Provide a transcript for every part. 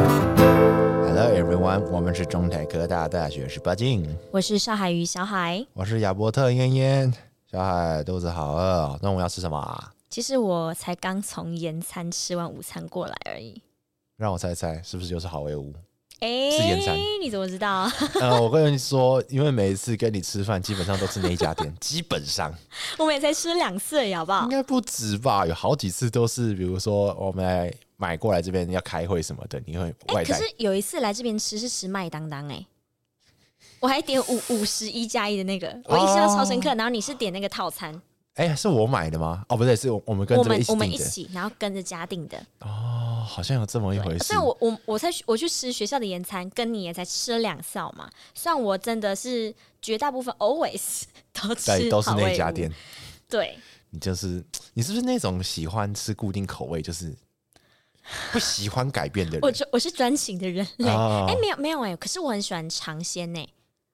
Hello everyone，我们是中台科大大学十八禁，我是邵海鱼小海。我是亚伯特燕燕。小海肚子好饿哦，那我们要吃什么啊？其实我才刚从延餐吃完午餐过来而已。让我猜猜，是不是就是好 味屋？哎、是延餐你怎么知道？ 呃，我跟你说，因为每一次跟你吃饭，基本上都是那一家 店，基本上我们也才吃两次而已，好不好应？该不止吧？有好几次都是，比如说我们来买过来这边要开会什么的，你会哎、外可带是。有一次来这边吃是吃麦当当哎、我还点五五十一加一的那哦个，我印象超深刻。然后你是点那个套餐，哎、是我买的吗？哦，不对，是我我们跟我这边们一起我们订一的。起，然后跟着家订的。哦，好像有这么一回对，事所以。我我我才我去吃学校的延餐，跟你也才吃了两次嘛。虽然我真的是绝大部分 always 都对，吃都是好那味家屋店。。对，你就是你是不是那种喜欢吃固定口味，就是不喜欢改变的 我人？就我是专情的人类。哎、哦没有没有哎、可是我很喜欢尝鲜呢。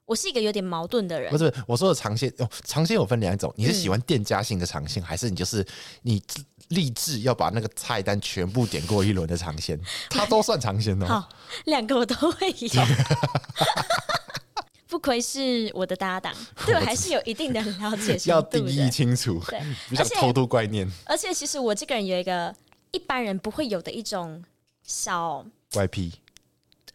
我是一个有点矛盾的人不。是我说的尝鲜哦，尝鲜有分两种，你是喜欢店家性的尝鲜，还是你就是你自立志要把那个菜单全部点过一轮的尝 鲜？它都算尝鲜哦。好，两个我都会 有。不愧是我的搭档，对我还是有一定的了解要深度定义的。清楚对， 不想而且偷渡怪念而且，其实我这个人有一个一般人不会有的一种小，怪癖。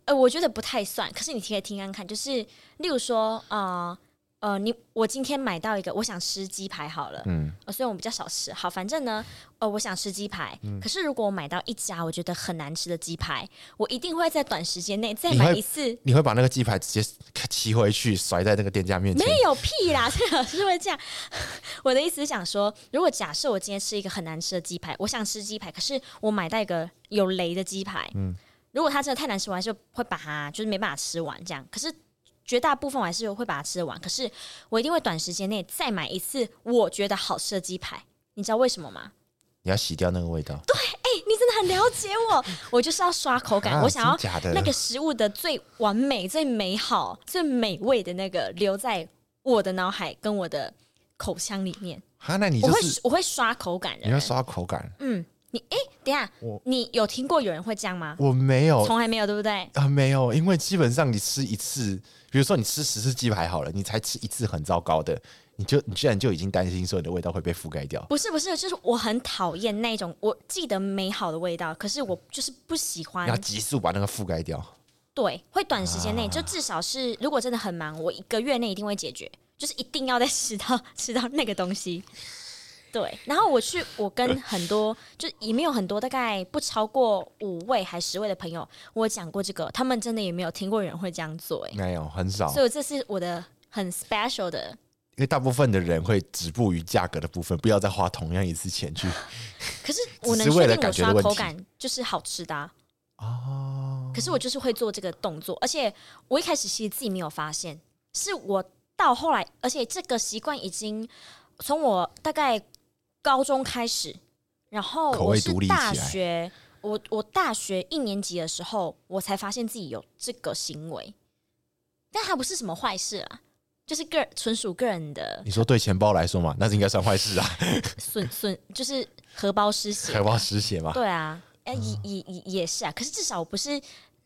呃，我觉得不太算。可是你可以听看看，就是例如说，呃呃，你我今天买到一个，我想吃鸡排好了，嗯，呃虽然我比较少吃，好，反正呢，呃，我想吃鸡排，嗯可是如果我买到一家我觉得很难吃的鸡排，我一定会在短时间内再你买会一次，你会把那个鸡排直接骑回去，甩在那个店家面前没。有屁啦，最好是会这样。 我的意思是想说，如果假设我今天吃一个很难吃的鸡排，我想吃鸡排，可是我买到一个有雷的鸡排，嗯，如果它真的太难吃，我还是会把它就是没办法吃完这样。可是绝大部分我还是会把它吃完，可是我一定会短时间内再买一次我觉得好吃的鸡排。你知道为什么吗？你要洗掉那个味道。哎、 你真的很了解我，我就是要刷口感，嗯啊我想要真假的那个食物的最完美、最美好、最美味的那个留在我的脑海跟我的口腔里面。哈，那你我就会是我会刷口感的你要人。刷口感，嗯，你哎、等一下我，你有听过有人会这样吗？我没有从来没有，对不对？啊，没有，因为基本上你吃一次，比如说你吃十次鸡排好了，你才吃一次很糟糕的，你就你居然就已经担心说你的味道会被覆盖掉。不是不是，就是我很讨厌那种我记得美好的味道，可是我就是不喜欢你要。急速把那个覆盖掉，对，会短时间内，啊就至少是如果真的很忙，我一个月内一定会解决，就是一定要再 吃到吃到那个东西。对，然后我去，我呃跟很多就里面有很多大概不超过五位还十位的朋友，我讲过这个，他们真的也没有听过有人会这样做、欸，没有很少，所以这是我的很 special 的，因为大部分的人会止步于价格的部分，不要再花同样一次 钱去可是我能只是为确了定我感觉的刷问口题感就是好吃的、啊，哦。可是我就是会做这个动作，而且我一开始其实自己没有发现，是我到后来，而且这个习惯已经从我大概高中开始，然后口我味是独立起来大学，我我大学一年级的时候，我才发现自己有这个行为，但它不是什么坏事啊，就是个人纯属个人的你说对钱包来说嘛，那是应该算坏事啊， 损损，就是荷包失血荷包失血嘛。对啊，嗯哎、也也也也是啊。可是至少我不是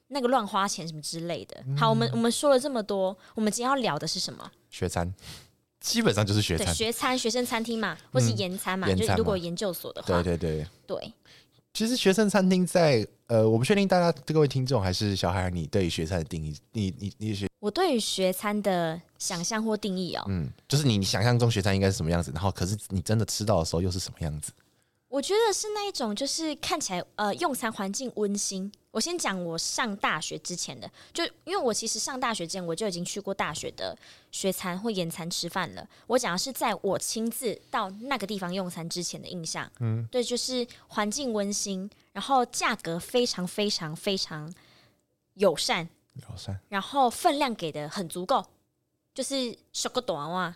那个乱花钱什么之类的。嗯好，我们我们说了这么多，我们今天要聊的是什么？学餐基本上就是学对，餐，学餐、学生餐厅嘛，或是研餐嘛，研就是餐如果嘛有研究所的话，对对对。对其实学生餐厅在呃，我不确定大家各位听众还是小孩，你对于学餐的定义，你你你学我对于学餐的想象或定义哦，嗯，就是你你想象中学餐应该是什么样子，然后可是你真的吃到的时候又是什么样子？我觉得是那一种，就是看起来呃用餐环境温馨。我先讲我上大学之前的，就因为我其实上大学之前我就已经去过大学的学餐或研餐吃饭了。我讲的是在我亲自到那个地方用餐之前的印象。嗯，对，就是环境温馨，然后价格非常非常非常友善，聊山然后分量给的很足够，就是小个短袜，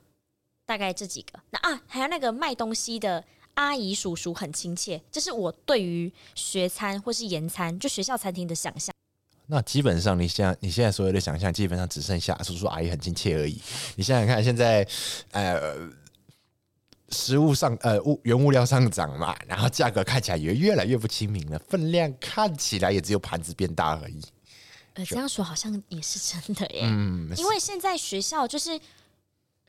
大概这几个。那啊，还有那个卖东西的阿姨叔叔很亲切，这是我对于学餐或是研餐，就学校餐厅的想象。那基本上，你现在你现在所有的想象，基本上只剩下啊叔叔阿姨很亲切而已。你想想看，现在呃，食物上呃物原物料上涨嘛，然后价格看起来也越来越不亲民了，分量看起来也只有盘子变大而已。呃，这样说好像也是真的耶，嗯，因为现在学校就是。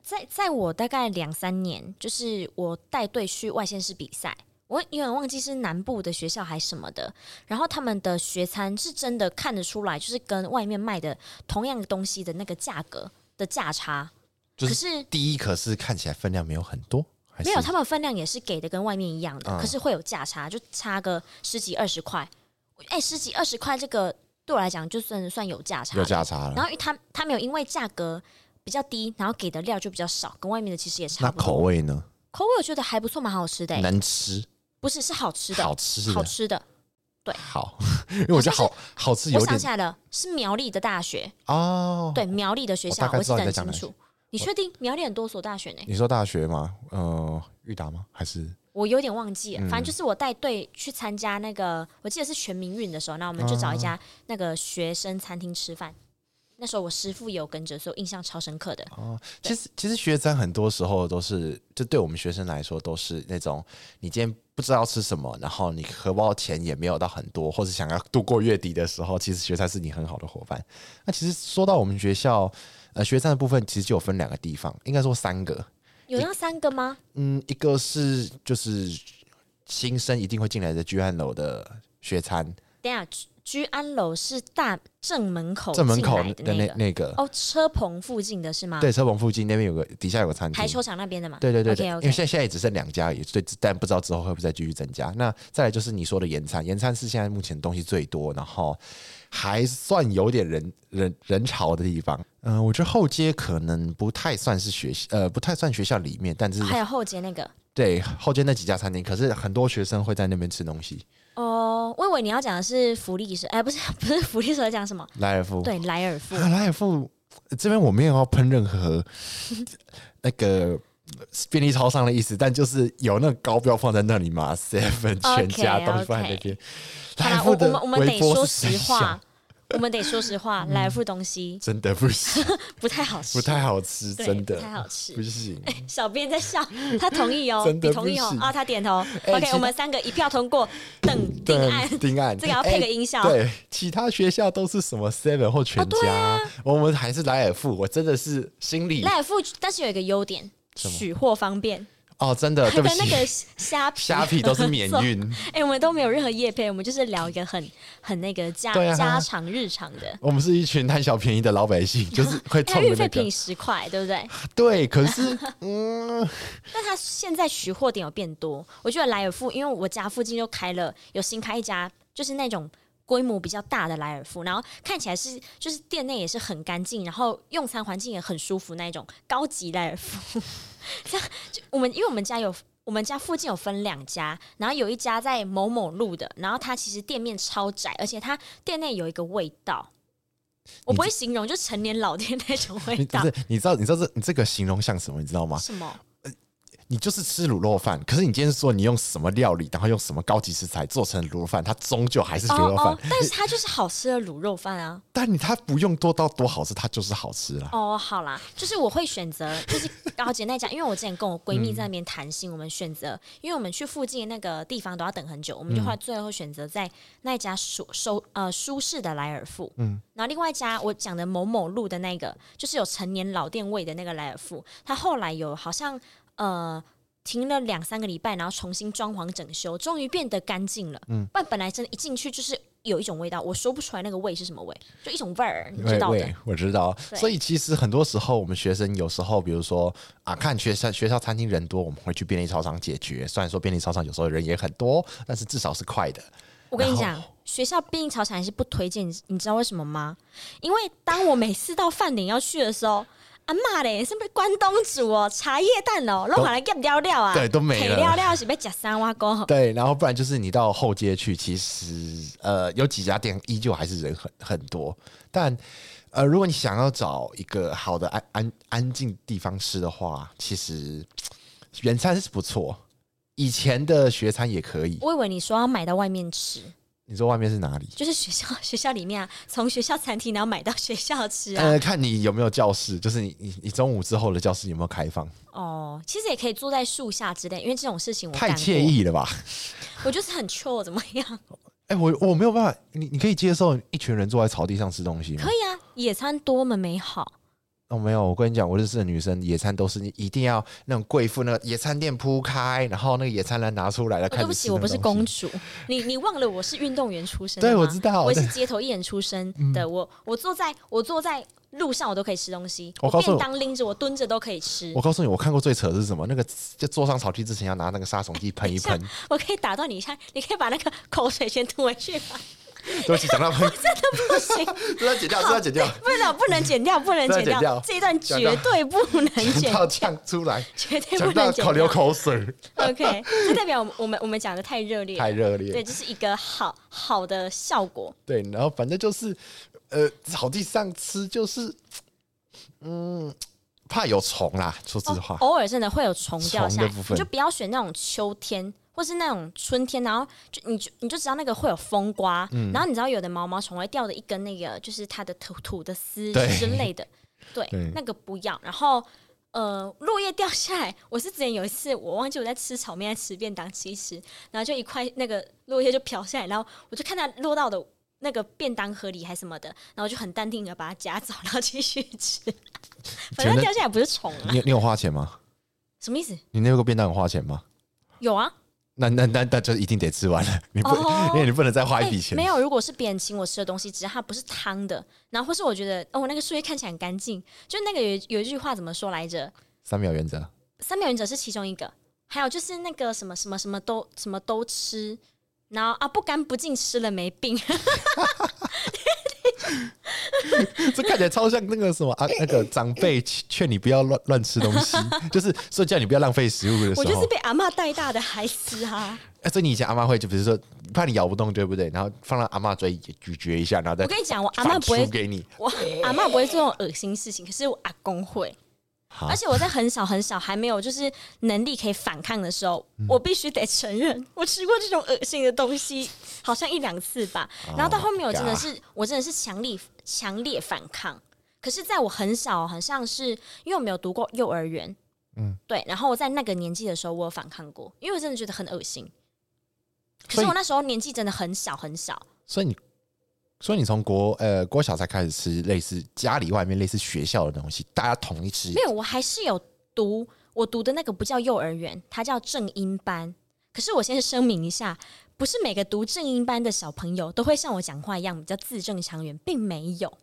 在在我大概两三年，就是我带队去外县市比赛，我有点忘记是南部的学校还是什么的。然后他们的学餐是真的看得出来，就是跟外面卖的同样的东西的那个价格的价差。就可是是第一可是看起来分量没有很多，还是没有，他们分量也是给的跟外面一样的，嗯可是会有价差，就差个十几二十块。哎、十几二十块这个对我来讲就算算有价差有。价差然了。后因为他他没有因为价格比较低，然后给的料就比较少，跟外面的其实也差那不多。口味呢？口味我觉得还不错，蛮好吃的、欸。能吃，不是，是好吃的，好吃的好吃的。好， 因为我觉得好好吃我有想点起来了，是苗栗的大学，哦。，对，苗栗的学我校，大概我知记道得你在很清讲哪一哦楚。你确定苗栗很多所大学呢、你说大学吗？呃，裕达吗？还是我有点忘记了，嗯反正就是我带队去参加那个，我记得是全民运的时候，那我们就找一嗯家那个学生餐厅吃饭。那时候我师傅也有跟着，所以我印象超深刻的。哦，其实其实学生很多时候都是，就对我们学生来说都是那种，你今天不知道吃什么，然后你荷包钱也没有到很多，或者想要度过月底的时候，其实学餐是你很好的伙伴。那其实说到我们学校，呃，学餐的部分其实就有分两个地方，应该说三个，有那三个吗？嗯，一个是就是新生一定会进来的居安楼的学餐，等一下，居居安楼是大正门口正门口哦进来的的那那个那个，哦，车棚附近的是吗？，对，车棚附近那边有个底下有个餐厅排，球场那边的嘛。对对对 OK 对因为 OK，现在现在也只剩两家，也对，但不知道之后会不会再继续增加。那再来就是你说的盐餐，盐餐是现在目前东西最多，然后还算有点人人人潮的地方。嗯、我觉得后街可能不太算是学习，呃，不太算学校里面，但是哦还有后街那个。对后街那几家餐厅，可是很多学生会在那边吃东西。哦，我以为你要讲的是福利社，哎，不是不是福利社，讲什么？莱尔夫，对，莱尔富。啊，莱尔富呃这边我没有要喷任何呃那个。呃便利超商的意思，但就是有那个高标放在那里嘛，seven 全家 OK，OK 东西放在那边。好莱啦，我尔富我的们我们微得波说是实真话香，我们得说实话，莱尔富东西真的 不行，不太好吃，不太好吃，对真的不太好吃 不。行。小编在笑，他同意哦， 真的你同意哦不行啊，他点头。哎其 OK，实我们三个一票通过，等定案。 对定案，这个要配个哎音效哦对，其他学校都是什么 seven 或全对啊家，我们还是莱尔富，我真的是心里莱尔富，但是有一个优点，取货方便，哦，真的它对不的啊那起，个虾皮虾 皮都是免送运。哎、我们都没有任何业配，我们就是聊一个很很那个家、对啊家常日常的。我们是一群贪小便宜的老百姓，就是 会它冲运着费啊那便宜个。十块，对不对？对，可 是嗯，但它现在取货点有变多。我觉得莱尔富，因为我家附近又开了，有新开一家，就是那种规模比较大的莱尔富，然后看起来是就是店内也是很干净，然后用餐环境也很舒服那一种高级莱尔富。 这样就我们因为我们家有。我们家附近有分两家，然后有一家在某某路的，然后它其实店面超窄，而且它店内有一个味道，我不会形容，就成年老店那种味 你不道。是你知道你知道这你这个形容像什么？你知道吗？什么？你就是吃卤肉饭，可是你今天说你用什么料理，然后用什么高级食材做成卤肉饭，它终究还是哦卤肉饭哦。，但是它就是好吃的卤肉饭啊。但你它不用多到多好吃，它就是好吃啦。哦，好啦，就是我会选择， 就是高姐那家，因为我之前跟我闺蜜在那边谈心，我们选择，因为我们去附近的那个地方都要等很久，我们就后来最后选择在那一家舒收呃舒适的莱尔富，嗯，然后另外一家我讲的某某路的那个，就是有成年老店味的那个莱尔富，它后来有好像呃。停了两三个礼拜，然后重新装潢整修，终于变得干净了。嗯，不然本来真的，一进去就是有一种味道，我说不出来那个味是什么味，就一种味儿，你知对道的对。，我知道。啊对所以其实很多时候，我们学生有时候，比如说啊，看学校学校餐厅人多，我们会去便利超商解决。虽然说便利超商有时候人也很多，但是至少是快的。我跟你然讲，学校毕竟潮产还是不推荐，你知道为什么吗？因为当我每次到饭点要去的时候，阿嬷嘞，是不是关东煮哦，茶叶蛋哦，弄好来夹料料啊，对都没了料料是被夹三挖沟，对，然后不然就是你到后街去，其实呃有几家店依旧还是人很很多，但呃如果你想要找一个好的安安安静地方吃的话，其实原餐是不错，以前的学餐也可以。我以为你说要买到外面吃，你说外面是哪里？就是学校 学校里面啊，从学校餐厅然后买到学校吃啊。呃，看你有没有教室，就是你你你中午之后的教室有没有开放？哦，其实也可以坐在树下之类，因为这种事情我太干过惬，意了吧？我就是很 chill，怎么样？哎、我我没有办法，你你可以接受一群人坐在草地上吃东西吗可？以啊，野餐多么美好。哦，没有，我跟你讲，我认识的女生野餐都是一定要那种贵妇，那个野餐垫铺开，然后那个野餐篮拿出来了，哦开对始不吃起，那我个不是东公西主，你你忘了我是运动员出身的对吗我知道我也是对嗯街头艺人出身的。我我坐在我坐在路上，我都可以吃东西，我我告诉便你当拎着，我蹲着都可以吃我。告诉你，我看过最扯的是什么？那个就坐上草地之前要拿那个杀虫剂喷一喷。我可以打断你一下，你可以把那个口水先吐回去吗？对不起，讲到喷，不行， 这要剪掉，这要剪掉，不能不能剪掉，不能不能剪剪掉这一段绝对不能剪剪，到呛出来，绝对不讲到能剪口流掉。口水， OK，这代表我们我们我们讲的太热烈了，太热对，烈。这是一个好好的效果。对，然后反正就是，呃，草地上吃就是，嗯，怕有虫啦，说实话。哦偶尔真的会有虫掉下虫的来，部分你就不要选那种秋天或是那种春天，然后就你就你就知道那个会有风刮，嗯然后你知道有的毛毛虫会掉的一根那个就是它的土土的丝对之类的，对，对那个不要。然后呃，落叶掉下来，我是之前有一次我忘记我在吃炒面，在吃便当其实，然后就一块那个落叶就飘下来，然后我就看它落到我的。那个便当盒里还什么的，然后我就很淡定的把它夹走，然后继续吃。反正觉得掉下来不是虫啊，你你有花钱吗？什么意思？你那个便当有花钱吗？有啊，那那那那就一定得吃完了，你不、哦 因为你不能再花一笔欸钱。没有，如果是别人请我吃的东西，只要它不是汤的，然后或是我觉得哦，那个树叶看起来很干净，就那个有有一句话怎么说来着？三秒原则，三秒原则是其中一个，还有就是那个什么什么什么都什么都吃，然后啊不干不净吃了没病，这看起来超像那个什么啊，那个长辈劝你不要乱乱吃东西，就是说叫你不要浪费食物的时我就候是。被阿嬷带大的孩子啊！哎、所以你以前阿妈会就比如说怕你咬不动，对不对？然后放到阿妈嘴里咀嚼一下，然后再我跟你讲，我阿反嬷不会刍，给你。我阿嬷不会做那种恶心事情，可是我阿公会。好而且我在很小很小还没有就是能力可以反抗的时候，嗯我必须得承认，我吃过这种恶心的东西，好像一两次吧。哦然后到后面我真的是，我真的是强力强烈反抗。可是在我很小，好像是因为我没有读过幼儿园，嗯，对。然后我在那个年纪的时候，我有反抗过，因为我真的觉得很恶心。可所是以我那时候年纪真的很小很小，所以你，所以你从国呃国小才开始吃类似家里外面类似学校的东西，大家统一吃没。有，我还是有读，我读的那个不叫幼儿园，它叫正音班。可是我先声明一下，不是每个读正音班的小朋友都会像我讲话一样比较字正腔圆，并没有。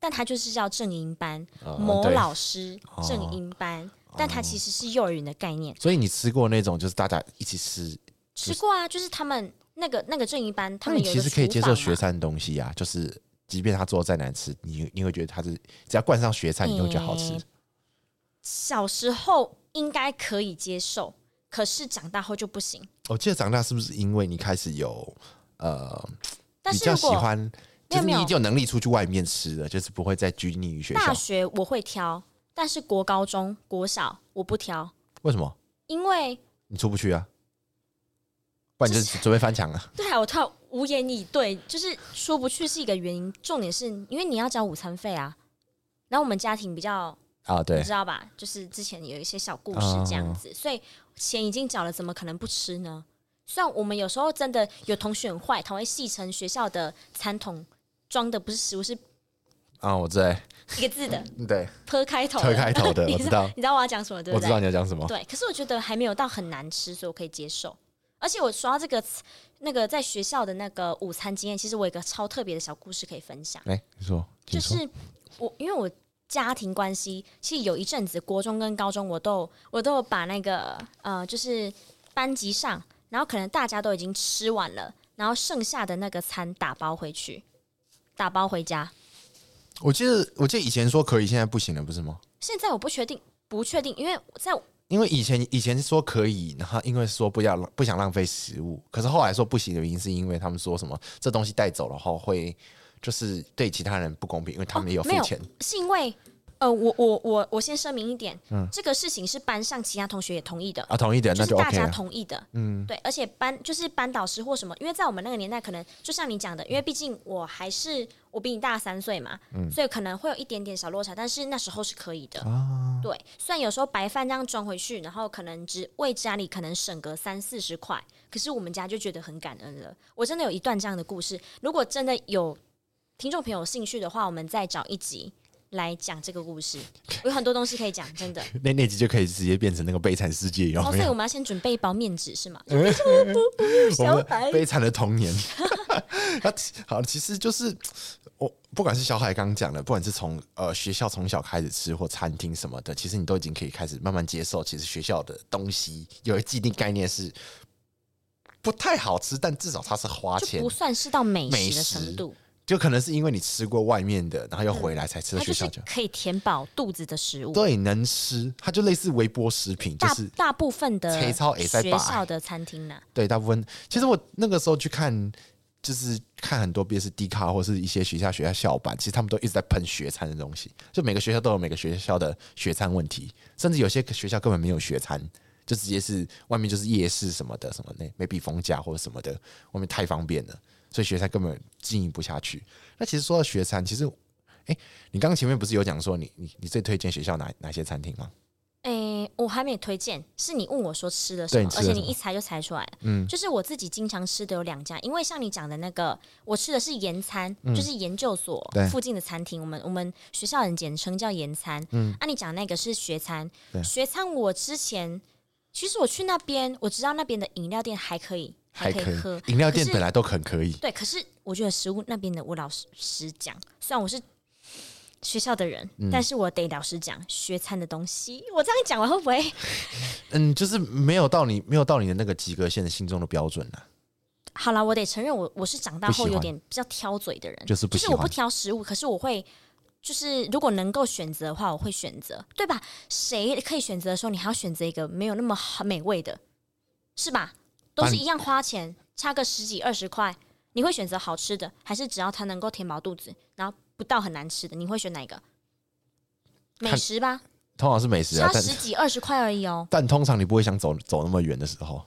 但它就是叫正音班，哦某对哦老师正音班，但它其实是幼儿园的概念。所以你吃过那种就是大家一起吃，吃过啊，就是他们那个那个正音班，他那们你有一其个实可以厨接受房学嘛餐的东西啊，就是即便它做的再难吃，你你会觉得它是只要冠上学餐，你就会觉得好吃。嗯小时候应该可以接受，可是长大后就不行。我记得哦长大是不是因为你开始有呃但比是较如喜果欢，没就有是没你有已经有能力出去外面吃了，就是不会再拘泥于学大校。学我会挑，但是国高中、国小我不挑，为什么因为你出不去啊？不然你就就准备翻墙啊！对啊，我突然无言以对，就是说不去是一个原因。重点是因为你要交午餐费啊，然后我们家庭比较啊，对哦你知，道吧，就是之前有一些小故事这样子，所以钱已经缴了，怎么可能不吃呢？虽然我们有时候真的有同学很坏，他会戏称学校的餐桶装的不是食物，是啊，我在，一个字的 对， “p” 开 头车的，嗯开头 的，你我知道，你知道我要讲什么对我不知对？道你要讲什么。对，可是我觉得还没有到很难吃，所以我可以接受。而且我说到这个那个在学校的那个午餐经验，其实我有一个超特别的小故事可以分享，来，哎你说，就你说，是我因为我家庭关系，其实有一阵子国中跟高中我都有我都有把那个呃，就是班级上，然后可能大家都已经吃完了，然后剩下的那个餐打包回去，打包回家。我记得，我记得以前说可以，现在不行了，不是吗？现在我不确定，不确定，因为在因为以前以前说可以，然后因为说不要浪不想浪费食物，可是后来说不行的原因是因为他们说什么这东西带走了后会就是对其他人不公平，因为他们也有哦没付有钱。是因为呃，我我我我先声明一点，这个事情是班上其他同学也同意的，啊，同意的，就那是大 OK 家了。同意的，嗯，对，而且班就是班导师或什么，因为在我们那个年代，可能就像你讲的，因为毕竟我还是我比你大三岁嘛，嗯所以可能会有一点点小落差，但是那时候是可以的，啊对，虽然有时候白饭这样装回去，然后可能只为家里可能省个三四十块，可是我们家就觉得很感恩了。我真的有一段这样的故事，如果真的有听众朋友有兴趣的话，我们再找一集。来讲这个故事，有很多东西可以讲，真的。那那集就可以直接变成那个悲惨世界，有哦，没所以有？我们要先准备一包面纸是吗？我小们海的悲惨的童年。 那其好，其实就是我不管是小海刚刚讲的，不管是从呃学校从小开始吃或餐厅什么的，其实你都已经可以开始慢慢接受，其实学校的东西有一既定概念是不太好吃，但至少它是花就钱不。算是到美美食的程食度，就可能是因为你吃过外面的，然后又回来才吃嗯它到就学是校就，可以填饱肚子的食物。对，能吃，它就类似微波食品，就大是大部分的切草也在学拔校的餐厅呐、对，大部分其实我那个时候去看，就是看很多，别是 D 卡或是一些学校学校校版，其实他们都一直在喷学餐的东西，就每个学校都有每个学校的学餐问题，甚至有些学校根本没有学餐，就直接是外面就是夜市什么的，什么那 maybe 逢甲或者什么的，外面太方便了，所以学餐根本经营不下去。那其实说到学餐，其实，哎、你刚刚前面不是有讲说你你你最推荐学校哪哪些餐厅吗？诶、我还没推荐，是你问我说吃了什对么你，吃而了且你什么一猜就猜出来了。嗯，就是我自己经常吃的有两家，因为像你讲的那个，我吃的是研餐，就是研究所嗯对附近的餐厅，我们我们学校人简称叫研餐。嗯，啊，你讲那个是学餐，学餐我之前其实我去那边，我知道那边的饮料店还可以，还可以喝。饮料店可是本来都很可以，对，可是我觉得食物那边的，我老实讲，虽然我是学校的人，但是我得老实讲，学餐的东西，我这样讲完会不会？嗯，就是没有到你没有到你的那个及格线的心中的标准啊啦。好啦，我得承认我，我是长大不喜后欢有点比较挑嘴的人，就是不就是喜我欢不挑食物，可是我会。就是如果能够选择的话，我会选择，对吧？谁可以选择的时候，你还要选择一个没有那么好美味的，是吧？都那是你一样花钱，差个十几二十块，你会选择好吃的，还是只要它能够填饱肚子，然后不到很难吃的，你会选哪一个？美看食吧，通常是美食啊差，但十几二十块而已哦。但通常你不会想走走那么远的时候，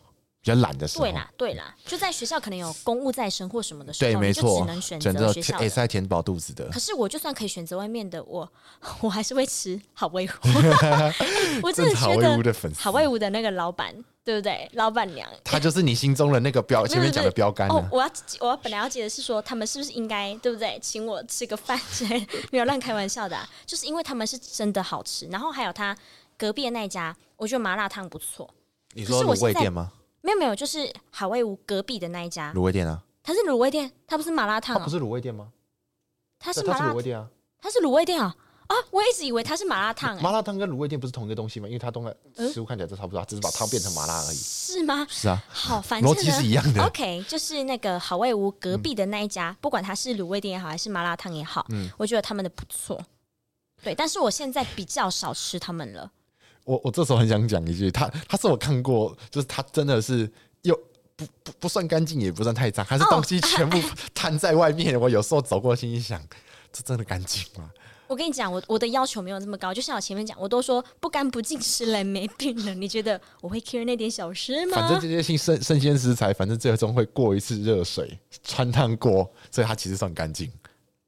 比较懒的时候对，啦，对啦，就在学校可能有公务在身或什么的时候，对，没你就只错能，选选择择哎学校也的是。在填饱肚子的可。是我就算可以选择外面的，我 我还是会吃好味 乎。我真正的好觉味屋得的粉丝好，味屋的那个老板，对不对？老板娘。他就是你心中的那个 标，前面讲的标杆哦啊，。我要我要本来要解的是说，他们是不是应该对不对，请我吃个饭之类的，没有乱开玩笑的啊、就是因为他们是真的好吃。然后还有他隔壁的那一家，我觉得麻辣烫不错。你可说是我卤味现在店吗？没有没有，就是好味屋隔壁的那一家，卤味店啊，它是卤味店，它不是麻辣它烫啊不哦，是卤味店吗？它是对麻它是辣卤，味店啊。它是卤味店哦。啊，我一直以为它是麻辣嗯烫、欸，麻辣烫跟卤味店不是同一个东西吗？因为它东西食物看起来都差不多啊，只是把汤变成麻辣而已。是吗？是啊，好， 反正逻辑呢哦是一样的。嗯 OK，就是那个好味屋隔壁的那一家，不管它是卤味店也好，还是麻辣烫也好，我觉得他们的不错。对，但是我现在比较少吃他们了。我我这时候很想讲一句，他他是我看过，就是他真的是又不不不算干净，也不算太脏，他是哦东西全部摊在外面。我有时候走过，心里想，这真的干净吗？我跟你讲，我我的要求没有那么高，就像我前面讲，我都说不干不净吃人没病了。你觉得我会 care 那点小事吗？反正这些新生生鲜食材，反正最终会过一次热水穿烫过，所以它其实算干净。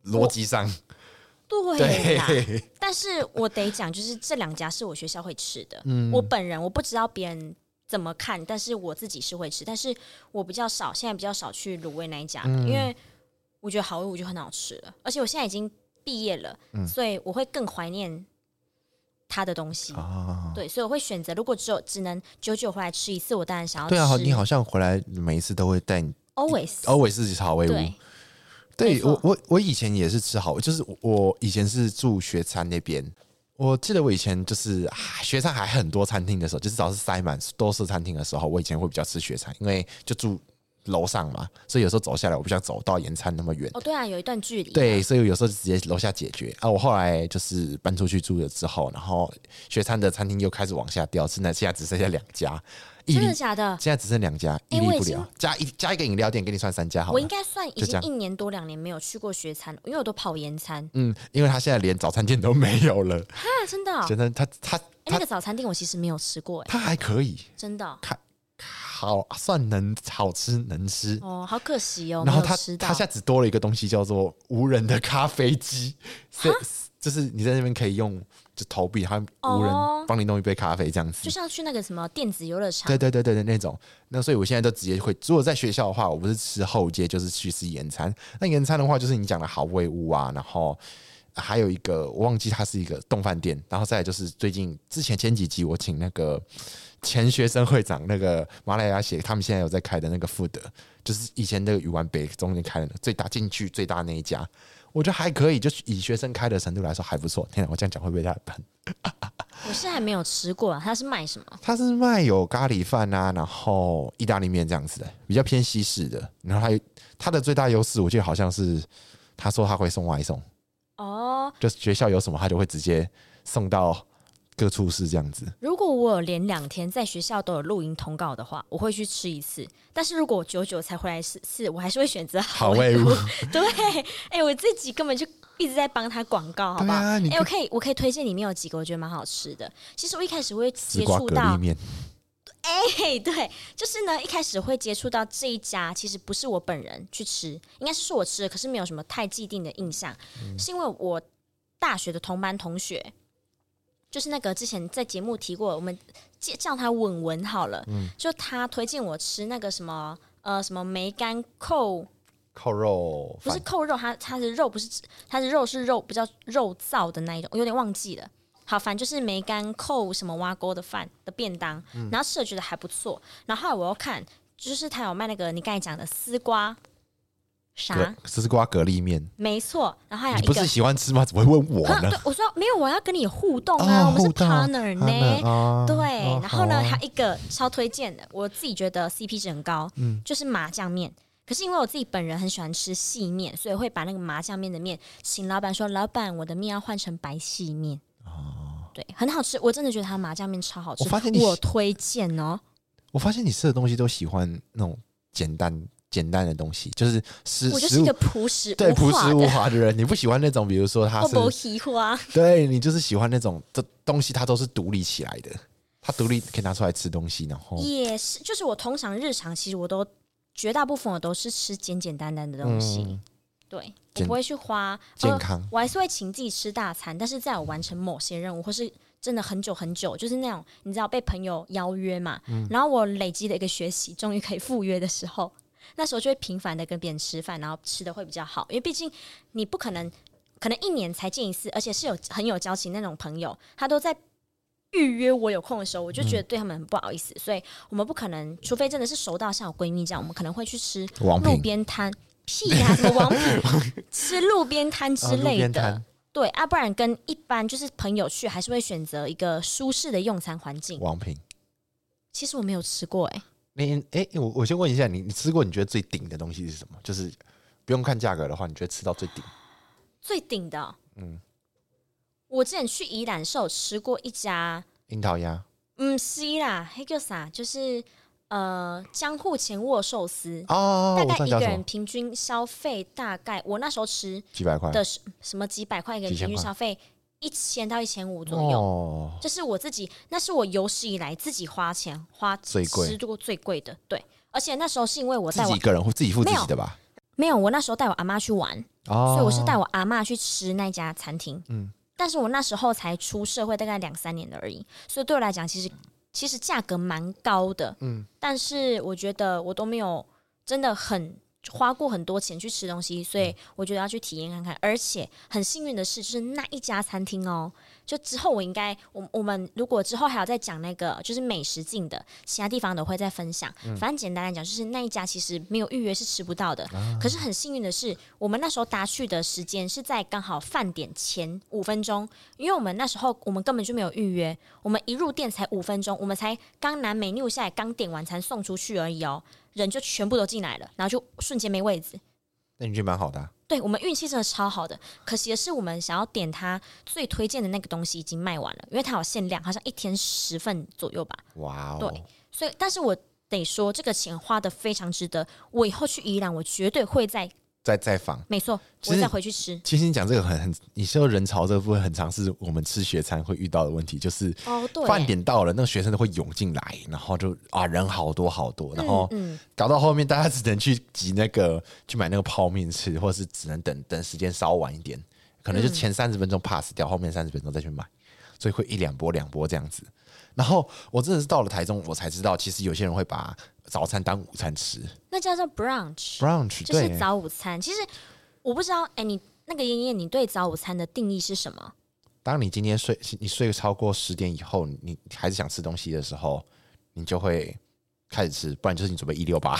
逻辑上，对啦，对，但是我得讲，就是这两家是我学校会吃的。嗯我本人我不知道别人怎么看，但是我自己是会吃，但是我比较少，现在比较少去卤味那一家，嗯因为我觉得好味我就很好吃了，而且我现在已经毕业了，嗯所以我会更怀念他的东西。啊，对，所以我会选择，如果只有只能久久回来吃一次，我当然想要吃。对啊，好你好像回来每一次都会带你哎 always always 自己炒微屋。对没对错我我我以前也是吃好，就是我我以前是住学餐那边，我记得我以前就是、啊、学餐还很多餐厅的时候，就是只要是塞满都是餐厅的时候，我以前会比较吃学餐，因为就住楼上嘛，所以有时候走下来我不想走到盐餐那么远。哦，对啊，有一段距离。对，所以有时候就直接楼下解决啊。我后来就是搬出去住了之后，然后学餐的餐厅又开始往下掉，现在现在只剩下两家，屹真立的假的？现在只剩两家，屹哎立我已不经了。加一加一个饮料店，给你算三家好我了应。该算已就经这样一年多两年没有去过学餐，因为我都跑延餐嗯，因为他现在连早餐店都没有了，啊，真的哦、真的，他他哎他那个早餐店我其实没有吃过、哎，他还可以，真的哦、好算能好吃能吃。哦，好可惜哦，然后没有他吃到他现在只多了一个东西叫做无人的咖啡机，啊是就是你在那边可以用就投币，他无哦人帮你弄一杯咖啡这样子就。像去那个什么电子游乐场对，对对对对，那种。那所以我现在都直接会，如果在学校的话，我不是吃后街，就是去吃延餐。那延餐的话，就是你讲的好味屋啊，然后还有一个我忘记它是一个冻饭店，然后再来就是最近之前前几集我请那个前学生会长那个马来亚写，他们现在有在开的那个富德，就是以前那个鱼丸北中间开的那最大进去最大那一家。我觉得还可以，就是以学生开的程度来说还不错。天哪，我这样讲会不会太喷？我是还没有吃过、啊，它是卖什么？它是卖有咖喱饭啊，然后意大利面这样子的，比较偏西式的。然后它有它的最大优势，我记得好像是他说他会送外送，哦，就是学校有什么他就会直接送到各处室这样子。如果我有连两天在学校都有露营通告的话，我会去吃一次。但是如果我久久才回来一次，我还是会选择好 味好味屋。对，哎、我自己根本就一直在帮他广告，好不好？对啊你哎、可我可以，我可以推荐里面有几个我觉得蛮好吃的。其实我一开始会丝接瓜触蛤到蜊，面，嘿， 对，就是呢，一开始会接触到这一家，其实不是我本人去吃，应该是说我吃了，可是没有什么太既定的印象，是因为我大学的同班同学，就是那个之前在节目提过，我们叫叫他文文好了，就他推荐我吃那个什么呃什么梅干扣，扣肉不是扣肉，它它的肉不是它的肉是肉比较肉燥的那一种，我有点忘记了。好，反正就是梅干扣什么挖沟的饭的便当，嗯然后吃了觉得还不错。然后后来我又看，就是他有卖那个你刚才讲的丝瓜啥蛤，丝瓜蛤蜊面。没错。然后还有你哎一不个是喜欢吃吗？怎么会问我啊，呢对？，我说没有，我要跟你互动啊，哦我们是互动 partner 呢。啊对，哦然后呢，好啊还有一个超推荐的，我自己觉得 CP 值很高，嗯就是麻酱面。可是因为我自己本人很喜欢吃细面，所以会把那个麻酱面的面，请老板说，老板我的面要换成白细面。对，很好吃，我真的觉得他麻酱面超好吃，哦我发现你推荐哦。我发现你吃的东西都喜欢那种简单简单的东西，就是食我就食是一物个朴实对无朴华实无的，华的人， 你不喜欢那种，比如说他 我是不喜欢。对你就是喜欢那种这东西，它都是独立起来的，它独立可以拿出来吃东西，然后也是，就是我通常日常其实我都绝大部分我都是吃简简单单的东西，嗯对我健不会去花健呃康。我还是会请自己吃大餐，但是在我完成某些任务或是真的很久很久，就是那种你知道被朋友邀约嘛，嗯然后我累积了一个学习，终于可以赴约的时候，那时候就会频繁的跟别人吃饭，然后吃的会比较好，因为毕竟你不可能可能一年才见一次，而且是有很有交情那种朋友，他都在。预约我有空的时候，我就觉嗯得对他们很不好意思，所以我们不可能，除非真的是熟到像我闺蜜这样，我们可能会去吃王路品边摊，屁呀、什么王 品吃呃路边摊啊之路类边的摊，对啊，不然跟一般就是朋友去，还是会选择一个舒适的用餐环境。王品。其实我没有吃过哎、你哎、我我先问一下你，你吃过你觉得最顶的东西是什么？就是不用看价格的话，你觉得吃到最顶？最顶的、嗯，我之前去宜兰是有吃过一家，樱桃鸭嗯，是啦，黑叫啥，就是呃江户前握寿司，哦，大我概上一叫个什人么？平均消费大概，我那时候吃几百块的是什么几百块一个人哎几千平均块消费一千到一千五左右。哦，这是我自己，那是我有史以来自己花钱花最贵吃过最贵的，对。而且那时候是因为我自带己我一个人自己付自没有己的吧？没有，我那时候带我阿妈去玩，哦，所以我是带我阿妈去吃那家餐厅。嗯嗯，但是我那时候才出社会大概两三年的而已，所以对我来讲，其实其实价格蛮高的。嗯嗯，但是我觉得我都没有真的很花过很多钱去吃东西，所以我觉得要去体验看看。而且很幸运的是，就是那一家餐厅哦，就之后我应该，我我们如果之后还要再讲那个就是美食境的，其他地方的会再分享。反正简单来讲，就是那一家其实没有预约是吃不到的。可是很幸运的是，我们那时候搭去的时间是在刚好饭点前五分钟，因为我们那时候我们根本就没有预约，我们一入店才五分钟，我们才刚拿 menu 下来，刚点完餐送出去而已哦。人就全部都进来了，然后就瞬间没位子。那你觉得蛮好的啊、对我们运气真的超好的，可惜的是我们想要点他最推荐的那个东西已经卖完了，因为它有限量，好像一天十份左右吧。哇哦对！所以，但是我得说，这个钱花的非常值得。我以后去宜兰，我绝对会再再再访。没错，其我实会再回去吃。其实你讲这个很很，你说人潮这个部分很常是我们吃学餐会遇到的问题，就是哦对饭点到了，那个学生都会涌进来，然后就啊人好多好多，然后嗯搞到后面大家只能去 挤那个去买那个泡面吃，或者是只能等等时间稍晚一点，嗯可能就前三十分钟 pass 掉，后面三十分钟再去买，所以会一两波两波这样子。然后我真的是到了台中，我才知道其实有些人会把早餐当午餐吃那叫做 brunch， ，brunch 就对是早午餐。其实我不知道，哎、你那个妍妍，你对早午餐的定义是什么？当你今天睡，你睡超过十点以后，你你还是想吃东西的时候，你就会开始吃，不然就是你准备一六八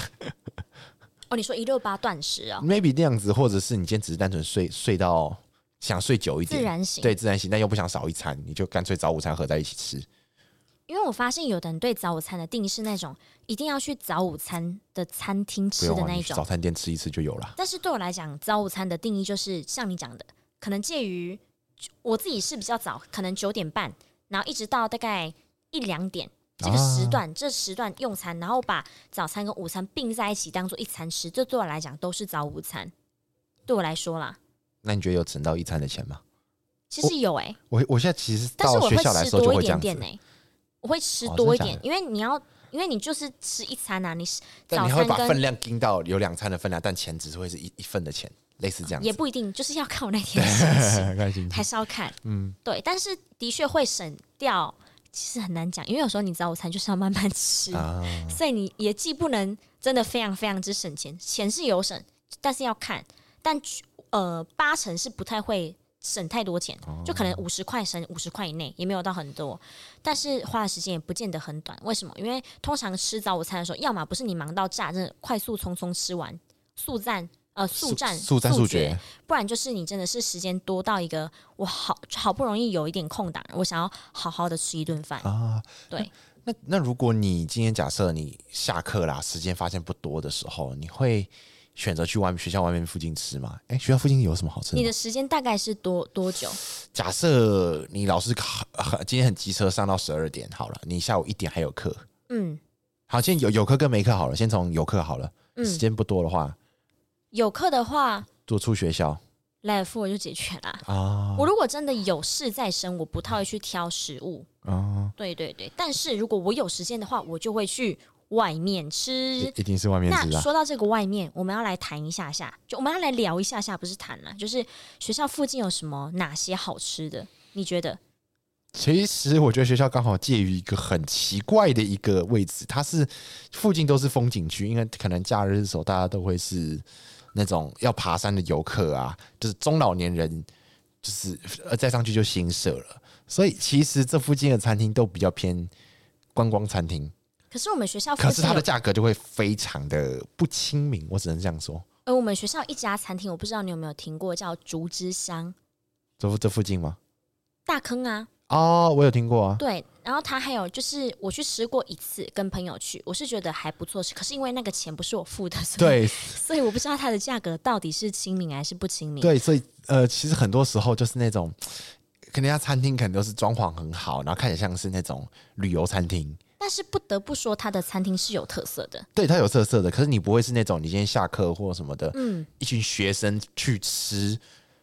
哦，你说一六八断食哦， ，maybe 那样子，或者是你今天只是单纯睡睡到想睡久一点，自然醒嗯对自然醒，但又不想少一餐，你就干脆早午餐合在一起吃。因为我发现有的人对早午餐的定义是那种一定要去早午餐的餐厅不吃用的啊，那你一去种早，餐店吃一次就有了。但是对我来讲，早午餐的定义就是像你讲的，可能介于我自己是比较早，可能九点半，然后一直到大概一两点这个时段，啊这时段用餐，然后把早餐跟午餐并在一起当做一餐吃，这对我来讲都是早午餐。对我来说啦，那你觉得有存到一餐的钱吗？其实有哎、我我现在其实但是到我学会校来吃说就多会一这样点子，点呢、我会吃哦多一真的点假，的因为你要，因为你就是吃一餐啊，你是但早你会餐把分跟量盯到有两餐的分量，但钱只是会是一一份的钱，类似这样子。也不一定，就是要看我那天心情。 开心还是要看，嗯嗯，对，但是的确会省掉，其实很难讲，因为有时候你早午餐就是要慢慢吃，啊。所以你也既不能真的非常非常之省钱，钱是有省，但是要看，但呃八成是不太会省太多钱，哦就可能五十块省五十块以内，也没有到很多，但是花的时间也不见得很短，为什么？因为通常吃早午餐的时候，要么不是你忙到炸，真的快速匆匆吃完，速战。呃，速战速战速决，不然就是你真的是时间多到一个我好好不容易有一点空档，我想要好好的吃一顿饭。啊。对，那那如果你今天假设你下课啦，时间发现不多的时候，你会选择去外面学校外面附近吃吗？哎、学校附近有什么好吃的你吗？的时间大概是多多久？假设你老师考呃今天很急车上到十二点，好了，你下午一点还有课，嗯，好，现在有有课跟没课好了，先从有课好了。嗯时间不多的话，有课的话，就出学校来尔富我就解决啦。啊我如果真的有事在身，我不太会去挑食物。啊，对对对，但是如果我有时间的话，我就会去外面吃。一定是外面那吃啊。说到这个外面，我们要来谈一下下，就我们要来聊一下下，不是谈啦，就是学校附近有什么哪些好吃的？你觉得？其实我觉得学校刚好介于一个很奇怪的一个位置，它是附近都是风景区，因为可能假日的时候大家都会是那种要爬山的游客啊，就是中老年人，就是呃再上去就新社了，所以其实这附近的餐厅都比较偏观光餐厅，可是我们学校哦附可是近它有的价格就会非常的不亲民，我只能这样说。呃，我们学校一家餐厅，我不知道你有没有听过，叫竹之乡这附这附近吗？大坑啊。哦，我有听过啊，对，然后它还有就是我去吃过一次，跟朋友去，我是觉得还不错吃，可是因为那个钱不是我付的，所以对，所以我不知道它的价格到底是亲民还是不亲民。对，所以呃，其实很多时候就是那种，可能家餐厅可能都是装潢很好，然后看起来像是那种旅游餐厅，但是不得不说，它的餐厅是有特色的。对，它有特色的。可是你不会是那种你今天下课或什么的，嗯，一群学生去吃，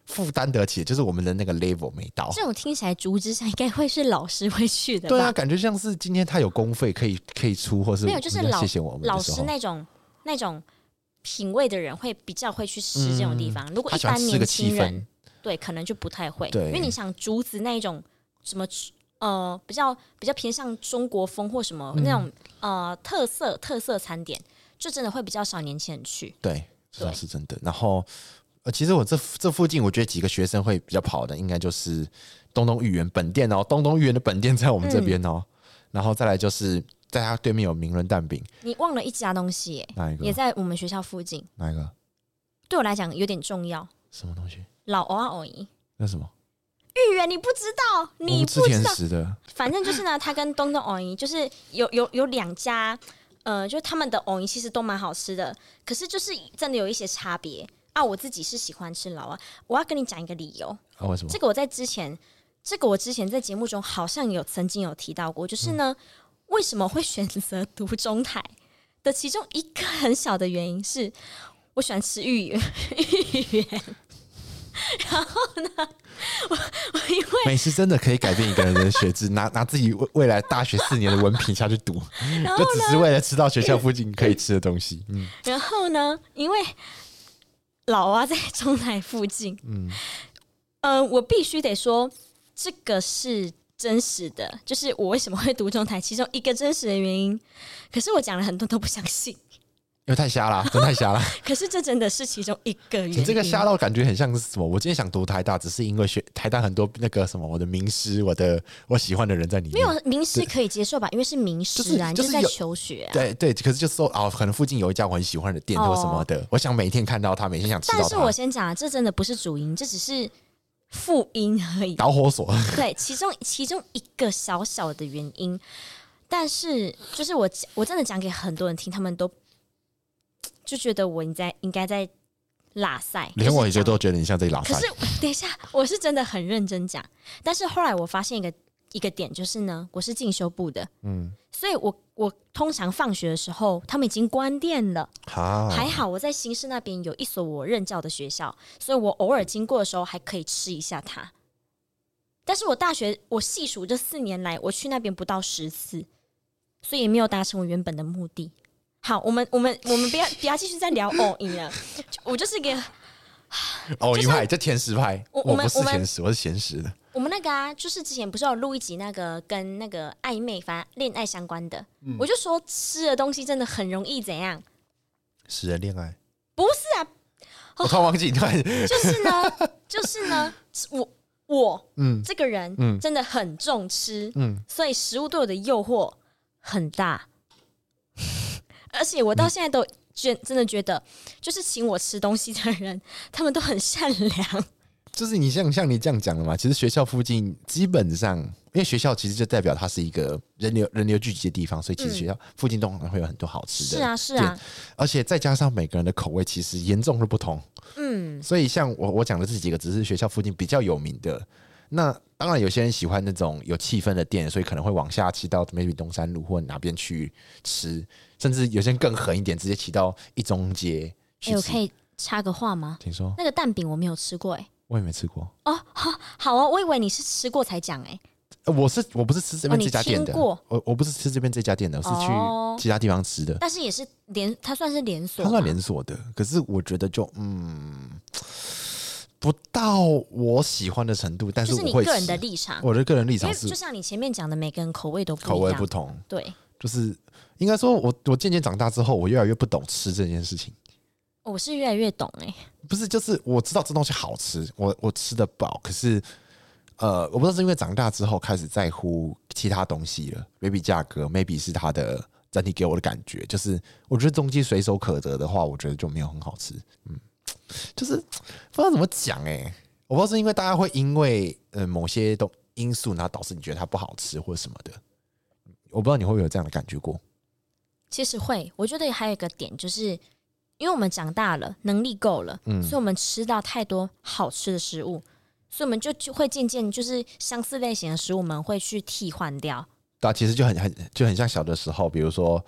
负担得起，就是我们的那个 level 没到。这种听起来竹之乡应该会是老师会去的吧？对啊，感觉像是今天他有公费可以可以出，或是没有，就是我们老嗯谢谢我们老的时师候，那种那种品味的人会比较会去吃这种地方。如果嗯他一喜欢般吃年个气轻氛人，，对，可能就不太会。对因为你想竹子那一种什么呃比较比较偏向中国风或什嗯么、那种呃特色特色餐点，就真的会比较少年轻人去。对，这倒对是真的。然后。呃，其实我这这附近，我觉得几个学生会比较跑的，应该就是东东豫园本店哦，东东豫园的本店在我们嗯这边哦。然后再来就是在它对面有明伦蛋饼，你忘了一家东西耶、哪一个也？在我们学校附近，哪一个？对我来讲有点重要。什么东西？老欧啊欧姨，那什么？芋圆你不知道，我你们吃不知甜道，食的 反正就是呢，他跟东东欧姨就是有有有两家呃，就他们的藕泥其实都蛮好吃的，可是就是真的有一些差别啊。我自己是喜欢吃老啊，我要跟你讲一个理由，啊，为什么这？个我在之前，这个我之前在节目中好像有曾经有提到过，就是呢，嗯为什么会选择读中台的其中一个很小的原因是，我喜欢吃芋圆，芋圆。然后呢，我我因为美食真的可以改变一个人的学制，拿 拿自己未未来大学四年的文凭下去读，就只是为了吃到学校附近可以吃的东西。嗯，然后呢，因为老蛙在中台附近，嗯，呃，我必须得说，这个是真实的，就是我为什么会读中台，其中一个真实的原因。可是我讲了很多都不相信，因为太瞎了，真太瞎了。可是这真的是其中一个原因。你这个瞎到感觉很像是什么？我今天想读台大，只是因为学台大很多那个什么，我的名师，我的我喜欢的人在里面。没有名师可以接受吧，因为是名师啊，你就是就是在有求学啊。对对，可是就是说哦，可能附近有一家我很喜欢的店或什么的，我想每天看到它，每天想吃到但它。是我先讲，这真的不是主因，这只是副因而已。导火索， 对，其中其中一个小小的原因，但是就是我我真的讲给很多人听，他们都就觉得我应该应该在拉赛，连我也就觉是得都觉得你像自己老讲。可塞。是等一下，我是真的很认真讲，但是后来我发现一个一个点，就是呢，我是进修部的，嗯，所以我我通常放学的时候，他们已经关店了。好，还好我在新市那边有一所我任教的学校，所以我偶尔经过的时候还可以吃一下它。但是我大学我细数这四年来，我去那边不到十次，所以也没有达成我原本的目的。好，我们我们我们不要不要继续再聊 藕饮了，就我就是给哦，就一是派这甜食派，我我我们不是我们甜食，我是咸食的。我们那个啊，就是之前不是有录一集那个跟那个暧昧，反正恋爱相关的，我就说吃的东西真的很容易怎样？使人恋爱，不是啊，我突然忘记，突然就是呢， 就是呢，我我嗯这个人嗯真的很重吃，嗯，所以食物对我的诱惑很大， 而且我到现在都觉真的觉得，就是请我吃东西的人， 他们都很善良。就是你像像你这样讲的嘛，其实学校附近基本上，因为学校其实就代表它是一个人流人流聚集的地方，所以其嗯实学校附近通常会有很多好吃的。是啊，是啊，而且再加上每个人的口味其实严重的不同，嗯，所以像我我讲的这几个，只是学校附近比较有名的。那当然，有些人喜欢那种有气氛的店，所以可能会往下骑到 maybe 东山路或哪边去吃，甚至有些人更狠一点，直接骑到一中街哎、去我吃。可以插个话吗？听说那个蛋饼我没有吃过、哎，我也没吃过，好哦，我以为你是吃过才讲、哎，呃我是我不是吃这边哦这家店你的，听过我我不是吃这边这家店的，我是哦去其他地方吃的。但是也是连，它算是连锁它吧，算连锁的，可是我觉得就嗯，不到我喜欢的程度，但就是我你会个人吃的立场。我的个人立因场为是就像你前面讲的，每个人口味都不一样，口味不同，对，就是应该说我我渐渐长大之后，我越来越不懂吃这件事情。哦我是越来越懂哎、不是，就是我知道这东西好吃，我我吃得饱，可是呃，我不知道是因为长大之后开始在乎其他东西了，maybe 价格，maybe 是它的整体给我的感觉，就是我觉得东西随手可得的话，我觉得就没有很好吃，嗯，就是不知道怎么讲哎、我不知道是因为大家会因为呃某些东因素，然后导致你觉得它不好吃或什么的，我不知道你会不会有这样的感觉过，其实会，我觉得还有一个点就是，因为我们长大了，能力够了，嗯所以我们吃到太多好吃的食物，所以我们就就会渐渐就是相似类型的食物，我们会去替换掉。对啊，其实就很很就很像小的时候，比如说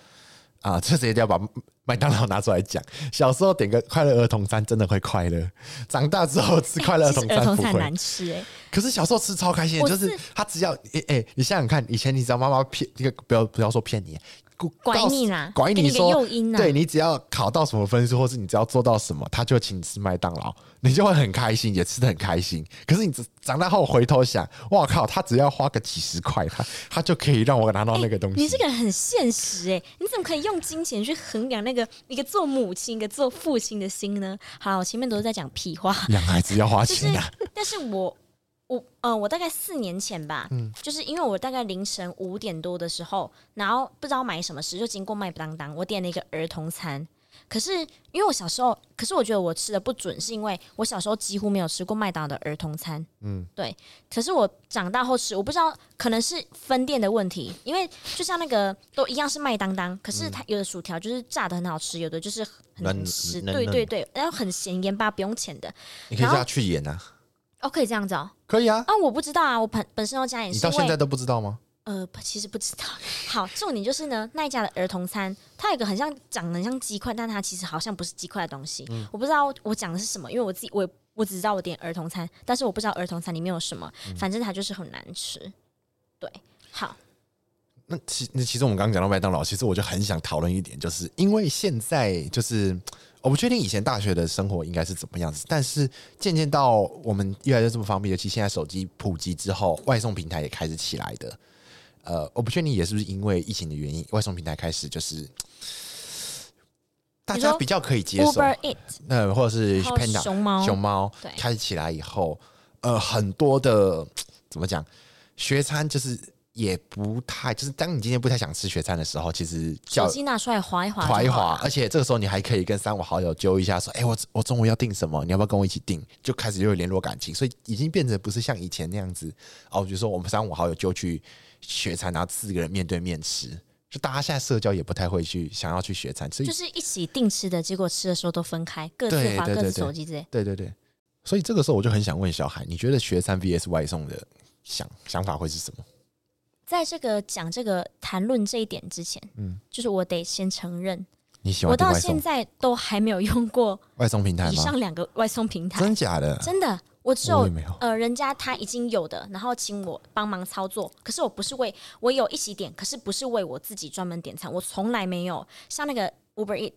啊， 这谁一定要把麦当劳拿出来讲。小时候点个快乐儿童餐真的会快乐，长大之后吃快乐儿其童实儿餐童不餐会难。吃哎、可是小时候吃超开心的，我就是是他只要哎哎、你想想看，以前你知道妈妈骗这个不要不要说骗你。故拐你啦给拐你你个说，诱因啊对你只要考到什么分数，或是你只要做到什么，他就请你吃麦当劳，你就会很开心，也吃的很开心。可是你只长大后回头想，哇靠，他只要花个几十块，他他就可以让我拿到那个东西。你这个人很现实哎、你怎么可以用金钱去衡量那个一个做母亲、一个做父亲的心呢？好，我前面都是在讲屁话，养孩子要花就是钱的、，但是我我呃，我大概四年前吧，嗯就是因为我大概凌晨五点多的时候，然后不知道买什么时就经过麦当当，我点了一个儿童餐，可是因为我小时候，可是我觉得我吃的不准，是因为我小时候几乎没有吃过麦当劳的儿童餐。嗯，对。可是我长大后吃，我不知道可能是分店的问题，因为就像那个都一样是麦当当，可是它有的薯条就是炸的很好吃，有的就是很软难吃，嗯嫩对嫩对对，然后很咸，盐巴不用钱的。你可以然后下去演啊，哦，可以这样子哦。可以啊，啊，我不知道啊，我本本身要加盐，你是到因现为在都不知道吗？呃，不其实不知道。 好，重点就是呢，那一家的儿童餐，它有一个很像长得很像鸡块，但它其实好像不是鸡块的东西。嗯我不知道我讲的是什么，因为我自己我我只知道我点儿童餐，但是我不知道儿童餐里面有什么，嗯反正它就是很难吃。对，好，那其那其实我们刚刚讲到麦当劳，其实我就很想讨论一点，就是因为现在就是我不确定以前大学的生活应该是怎么样子，但是渐渐到我们越来越这么方便，尤其现在手机普及之后，外送平台也开始起来的。呃，我不确定也是不是因为疫情的原因，外送平台开始就是大你家说比较可以接受 Uber Eat 呃，或者是还有 Panda 熊猫熊猫对开始起来以后，呃，很多的怎么讲，学餐就是也不太，就是当你今天不太想吃学餐的时候，其实手叫机拿出来划一划，划一划，，而且这个时候你还可以跟三五好友揪一下，说，哎、我我中午要订什么，你要不要跟我一起订？就开始又有联络感情，所以已经变成不是像以前那样子哦，比如说我们三五好友就去学餐，然后四个人面对面吃。就大家现在社交也不太会去想要去学餐，所以就是一起定吃的，结果吃的时候都分开，各自对划对各对自对手机之类。对对对，所以这个时候我就很想问小海，你觉得学三 VS 外送的想想法会是什么？在这个讲这个谈论这一点之前，嗯，就是我得先承认，你喜我欢订到外现送在都还没有用过外送平台以吗？上两个外送平台，真假的？真的，我只我有也没有呃，人家他已经有的，然后请我帮忙操作，可是我不是为我有一起点，可是不是为我自己专门点餐，我从来没有像那个 Uber Eat，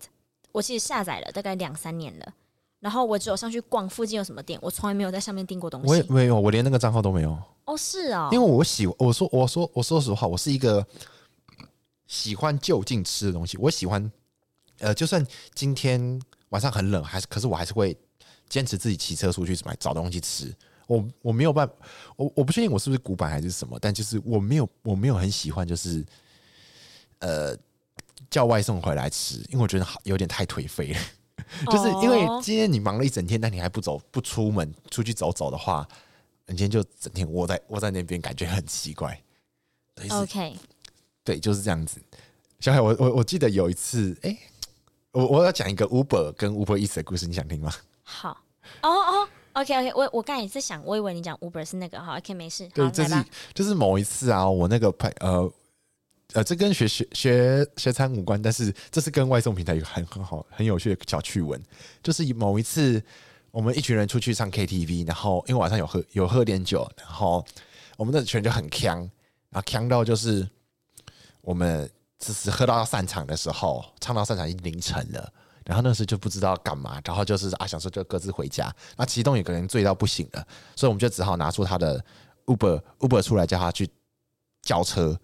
我其实下载了大概两三年了，然后我只有上去逛附近有什么店，我从来没有在上面订过东我也西。没有，我连那个账号都没有，哦，是哦因为，我喜我说我说我说实话，我是一个喜欢就近吃的东西，我喜欢呃，就算今天晚上很冷，还是可是我还是会坚持自己骑车出去买找东西吃。我我没有办我我不确定我是不是古板还是什么，但就是我没有我没有很喜欢就是呃叫外送回来吃，因为我觉得好有点太颓废了。 就是因为哦今天你忙了一整天，但你还不走不出门出去走走的话，你今天就整天窝在窝在那边，感觉很奇怪。对，是 OK，对，就是这样子。小海，我我我记得有一次，哎、我我要讲一个 Uber 跟 Uber Eats 的故事，你想听吗？好，哦哦，OK OK，我我刚才也在想，我以为你讲 Uber 是那个，好，OK 没事，好对，，这来是吧，就是某一次啊，我那个朋呃呃，这跟学学学学餐无关，但是这是跟外送平台有很很好很有趣的小趣闻，就是某一次我们一群人出去唱 KTV，然后因为晚上有喝有喝点酒，然后我们那群人就很呛，然后呛到就是我们只是喝到散场的时候，唱到散场已经凌晨了。然后那时就不知道干嘛，然后就是啊，想说就各自回家。那其中有个人醉到不行了，所以我们就只好拿出他的 Uber Uber 出来叫他去叫车，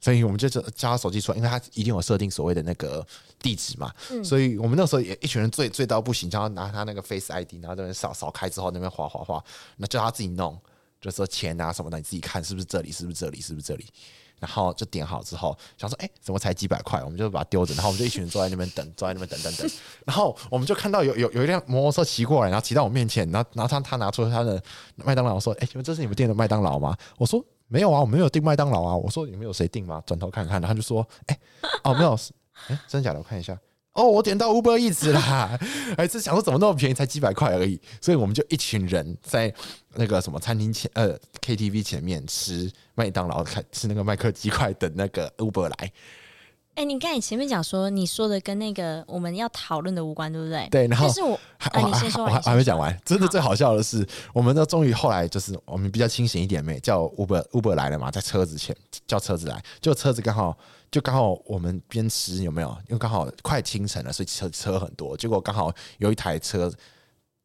所以我们就叫叫他手机出来，因为他一定有设定所谓的那个地址嘛，嗯所以我们那时候也一群人醉醉到不行，叫他拿他那个 Face ID，然后这边扫扫开之后那边划划划，那叫他自己弄，就说钱啊什么的你自己看是不是这里，是不是这里，是不是这里。然后就点好之后，想说，哎、怎么才几百块？我们就把它丢着，然后我们就一群人坐在那边等，坐在那边等等等。然后我们就看到有有有一辆摩托车骑过来，然后骑到我面前，然后然后他他拿出他的麦当劳说，哎、你们这是你们店的麦当劳吗？我说没有啊，我没有订麦当劳啊。我说你们有谁订吗？转头看看，然后他就说，哎、 哦没有，哎、真假的？我看一下。哦，我点到 Uber Eats 啦， 哎，这想说怎么那么便宜，才几百块而已，所以我们就一群人在那个什么餐厅前，呃，KTV 前面吃麦当劳，看吃那个麦克鸡块，等那个 Uber 来，哎、你刚才前面讲说，你说的跟那个我们要讨论的无关，对不对？对然后但是我，还啊，我你还先说我完，你还我先还没说讲完。真的最好笑的是，我们呢终于后来就是我们比较清醒一点没叫 Uber Uber 来了嘛，在车子前叫车子来，就车子刚好就刚好我们边吃有没有？因为刚好快清晨了，所以车车很多，结果刚好有一台车。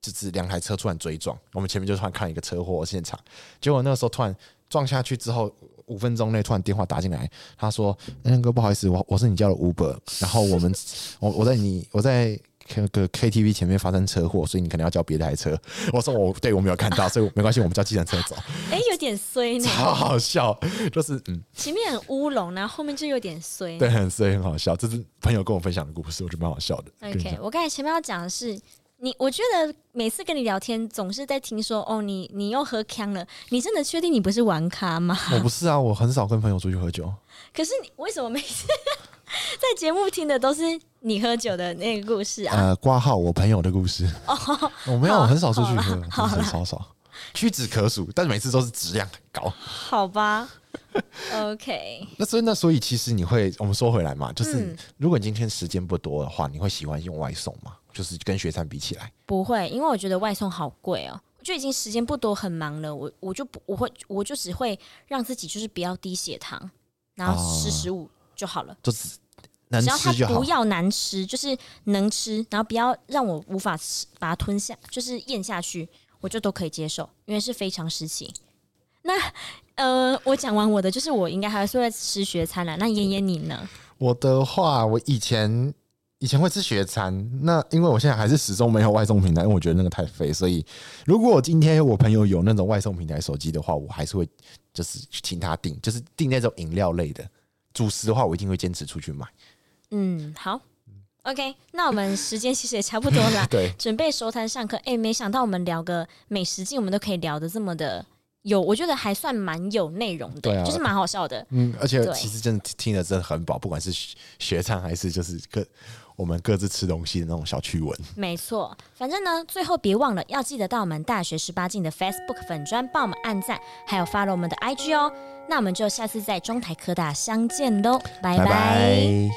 就是两台车突然追撞，我们前面就突然看一个车祸现场，结果那个时候突然撞下去之后五分钟内突然电话打进来，他说：“恩哥，不好意思，我我是你叫的 Uber，然后我们我我在你我在。”那个 KTV 前面发生车祸，所以你可能要叫别台车。我说我对我没有看到，所以没关系，我们叫计程车 走。哎、有点衰呢，好好笑，就是嗯，前面很乌龙，然后后面就有点衰。对，很所以很好笑。这是朋友跟我分享的故事，我觉得蛮好笑的。跟你讲 OK，我刚才前面要讲的是，你我觉得每次跟你聊天，总是在听说哦，你你又喝康了，你真的确定你不是玩咖吗？ 我不是啊，我很少跟朋友出去喝酒。可是你为什么每次 在节目听的都是你喝酒的那个故事啊？呃，挂号我朋友的故事，哦我没有，我很少出去喝，真的是超少，屈指可数。但是每次都是质量很高。好吧 ，OK，那所以那所以其实你会，我们说回来嘛，就是、嗯如果你今天时间不多的话，你会喜欢用外送吗？就是跟学餐比起来，不会，因为我觉得外送好贵哦。我就已经时间不多，很忙了，我我就不我会我就只会让自己就是不要低血糖，然后哦吃食物就好了。就是能只要它吃就好不。要难吃，就是能吃，然后不要让我无法吃，把它吞下，就是咽下去，我就都可以接受，因为是非常时期。那呃，我讲完我的，就是我应该还是会吃学餐啦。那妍妍你呢？我的话，我以前以前会吃学餐，那因为我现在还是始终没有外送平台，因为我觉得那个太费。所以如果我今天我朋友有那种外送平台手机的话，我还是会就是请他订， 就是订那种饮料类的。主食的话，我一定会坚持出去买。，嗯，好，OK，那我们时间其实也差不多啦对，准备收摊上课。哎、没想到我们聊个美食季，我们都可以聊的这么的有，我觉得还算蛮有内容的，对啊就是蛮好笑的。嗯，而且对其实真的听得真的很饱，不管是学学餐还是就是各我们各自吃东西的那种小趣闻。没错，反正呢，最后别忘了要记得到我们大学十八禁的 Facebook 粉砖帮我们按赞，还有 follow 我们的 IG 哦。那我们就下次在中台科大相见喽，拜拜拜